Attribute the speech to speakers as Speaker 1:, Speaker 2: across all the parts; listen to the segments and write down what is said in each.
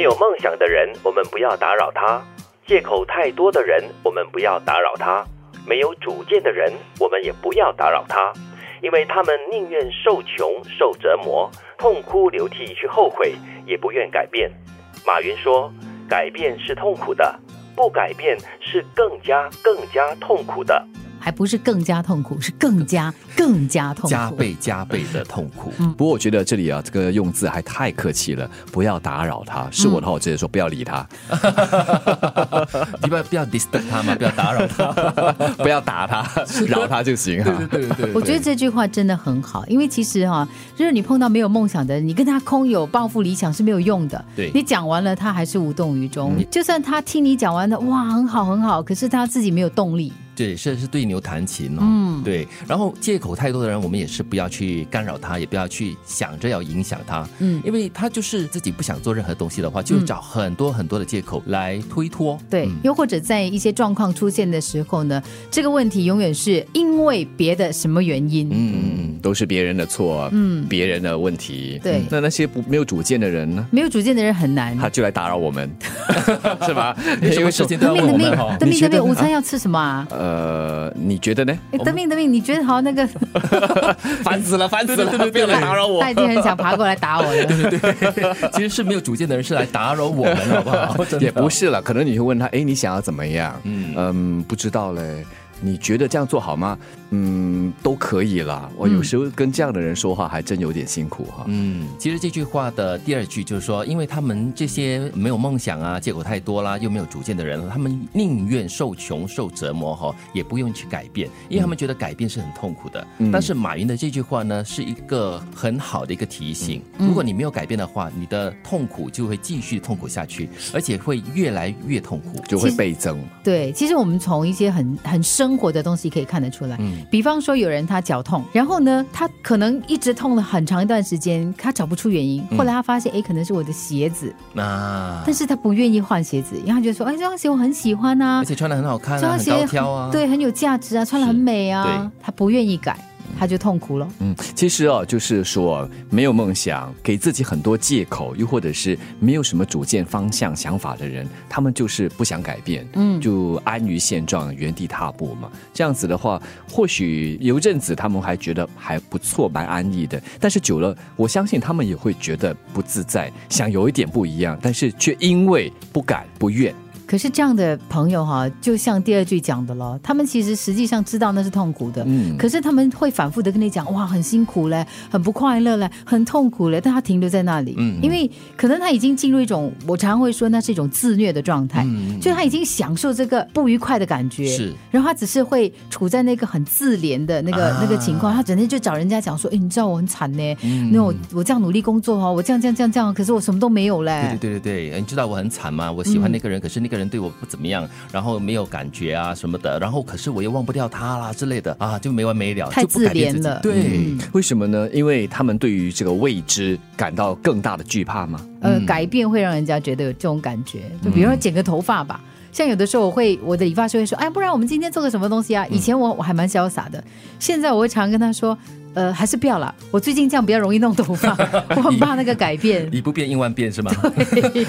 Speaker 1: 有梦想的人，我们不要打扰他；借口太多的人，我们不要打扰他；没有主见的人，我们也不要打扰他，因为他们宁愿受穷、受折磨、痛哭流涕去后悔，也不愿改变。马云说：“改变是痛苦的，不改变是更加、更加痛苦的。”
Speaker 2: 还不是更加痛苦，是更加更加痛苦，
Speaker 3: 加倍加倍的痛苦。
Speaker 2: 嗯
Speaker 3: 不过我觉得这里啊，这个用字还太客气了，不要打扰他。是我的话，我直接说不要理他，
Speaker 4: 你不要不要 disturb 他嘛，不要打扰他。
Speaker 3: 不要打他，饶他就行啊。
Speaker 4: 对对对
Speaker 2: 我觉得这句话真的很好，因为其实哈、就是你碰到没有梦想的人，你跟他空有抱负理想是没有用的。
Speaker 4: 对
Speaker 2: 你讲完了，他还是无动于衷。
Speaker 3: 嗯
Speaker 2: 就算他听你讲完了，哇，很好很好，可是他自己没有动力。
Speaker 4: 对，是是对牛弹琴哦。
Speaker 2: 嗯
Speaker 4: 对。然后借口太多的人，我们也是不要去干扰他，也不要去想着要影响他，
Speaker 2: 嗯，
Speaker 4: 因为他就是自己不想做任何东西的话，就
Speaker 2: 嗯
Speaker 4: 找很多很多的借口来推脱。
Speaker 2: 对，
Speaker 3: 嗯
Speaker 2: 又或者在一些状况出现的时候呢，这个问题永远是因为别的什么原因。
Speaker 4: 嗯嗯
Speaker 3: 嗯，都是别人的错，
Speaker 2: 嗯
Speaker 3: 别人的问题。嗯
Speaker 2: 对
Speaker 3: 那那些不没有主见的人
Speaker 4: 嗯
Speaker 3: 呢？
Speaker 2: 没有主见的人很难。
Speaker 3: 他就来打扰我 们，是吧？
Speaker 4: 什
Speaker 3: 因
Speaker 4: 么
Speaker 3: 为
Speaker 4: 事情都
Speaker 2: 德
Speaker 4: 要
Speaker 2: 明，
Speaker 4: 问
Speaker 2: 德
Speaker 4: 我
Speaker 2: 明
Speaker 4: 们哈，。
Speaker 2: 德
Speaker 3: 你
Speaker 2: 明，
Speaker 3: 觉
Speaker 2: 德
Speaker 3: 得
Speaker 2: 明，午餐要吃什么啊？
Speaker 3: 呃，你觉得呢？
Speaker 2: 哎德明，德明，你觉得好那个，
Speaker 3: 烦死了，烦死了！不要来打扰 我
Speaker 2: 他。已经很想爬过来打我 了。
Speaker 4: 其实是没有主见的人是来打扰我们，好不好？真的
Speaker 3: 也不是了，可能你会问他，哎，你想要怎么样？嗯不知道嘞。你觉得这样做好吗？嗯，都可以啦。我有时候跟这样的人说话，还真有点辛苦哈。
Speaker 4: 嗯，其实这句话的第二句就是说，因为他们这些没有梦想啊、借口太多啦、又没有主见的人，他们宁愿受穷、受折磨哈，也不愿意去改变，因为他们觉得改变是很痛苦的。但是马云的这句话呢，是一个很好的一个提醒，如果你没有改变的话，你的痛苦就会继续痛苦下去，而且会越来越痛苦。
Speaker 3: 就会倍增。
Speaker 2: 对，其实我们从一些很很生活的东西可以看得出来，
Speaker 4: 嗯
Speaker 2: 比方说有人他脚痛，然后呢，他可能一直痛了很长一段时间，他找不出原
Speaker 4: 嗯
Speaker 2: 因，后来他发现，哎、可能是我的鞋子，
Speaker 4: 那、
Speaker 2: 但是他不愿意换鞋子，因为他觉得说，哎，这双鞋我很喜欢啊
Speaker 4: 而，且穿的很好看
Speaker 2: 这
Speaker 4: 啊，
Speaker 2: 双
Speaker 4: 很
Speaker 2: 鞋
Speaker 4: 高挑啊，
Speaker 2: 对，很有价值啊，穿的很美啊，他不愿意改，他就痛苦了。
Speaker 3: 嗯，其实哦，就是说没有梦想，给自己很多借口，又或者是没有什么主见、方向、想法的人，他们就是不想改变，嗯，就安于现状，原地踏步嘛。这样子的话，或许有一阵子他们还觉得还不错，蛮安逸的。但是久了，我相信他们也会觉得不自在，想有一点不一样，但是却因为不敢、不愿，
Speaker 2: 可是这样的朋友哈、就像第二句讲的咯，他们其实实际上知道那是痛苦的，
Speaker 3: 嗯
Speaker 2: 可是他们会反复的跟你讲，哇，很辛苦嘞，很不快乐嘞，很痛苦嘞，但他停留在那里，
Speaker 4: 嗯嗯
Speaker 2: 因为可能他已经进入一种，我常会说那是一种自虐的状态，
Speaker 4: 嗯
Speaker 2: 就他已经享受这个不愉快的感觉，
Speaker 4: 是，
Speaker 2: 然后他只是会处在那个很自怜的那个、
Speaker 4: 啊
Speaker 2: 那个情况，他整天就找人家讲说，哎，你知道我很惨呢，
Speaker 4: 嗯
Speaker 2: 那我我这样努力工作哦，我这样这样这样这样，可是我什么都没有嘞，
Speaker 4: 对对对对对，你知道我很惨吗？我喜欢那个人，可是那个人对我不怎么样，然后没有感觉啊什么的，然后可是我又忘不掉他啦之类的啊，就没完没了，
Speaker 2: 太
Speaker 4: 就不改变
Speaker 2: 自怜
Speaker 4: 自己
Speaker 2: 了
Speaker 4: 对，
Speaker 2: 嗯
Speaker 3: 为什么呢？因为他们对于这个未知感到更大的惧怕吗？
Speaker 2: 呃，改变会让人家觉得有这种感觉。就比如说剪个头发吧，像有的时候我会，我的理发师会说，哎，不然我们今天做个什么东西啊？以前我我还蛮潇洒的，现在我会常跟他说，呃，还是不要啦，我最近这样比较容易弄头发，我很怕那个改 变。
Speaker 4: 以不变应万变是吗？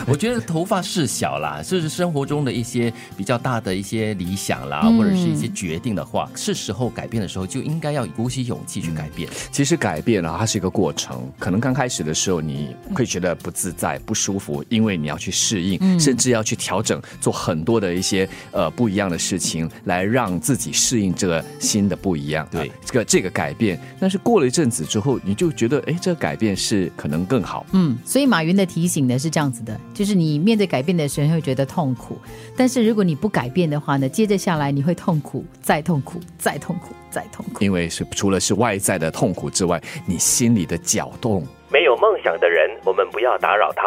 Speaker 4: 我觉得头发是小啦，是生活中的一些比较大的一些理想啦，
Speaker 2: 嗯
Speaker 4: 或者是一些决定的话，是时候改变的时候就应该要鼓起勇气去改变。
Speaker 3: 其实改变啊，它是一个过程。可能刚开始的时候，你会觉得不自在、不舒服，因为你要去适应，甚至要去调整，做很多的一些呃不一样的事情，来让自己适应这个新的不一样。
Speaker 4: 对
Speaker 3: 啊这个这个改变。但是过了一阵子之后，你就觉得，哎，这个改变是可能更好。
Speaker 2: 嗯，所以马云的提醒呢是这样子的，就是你面对改变的时候会觉得痛苦，但是如果你不改变的话呢，接着下来你会痛苦，再痛苦，再痛苦，再痛苦。
Speaker 3: 因为是除了是外在的痛苦之外，你心里的搅动
Speaker 1: 没有梦想的人，我们不要打扰他；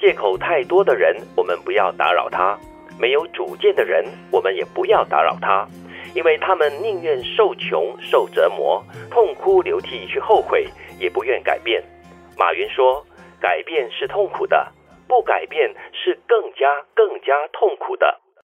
Speaker 1: 借口太多的人，我们不要打扰他；没有主见的人，我们也不要打扰他，因为他们宁愿受穷、受折磨、痛哭流涕去后悔，也不愿改变。马云说：“改变是痛苦的，不改变是更加、更加痛苦的。”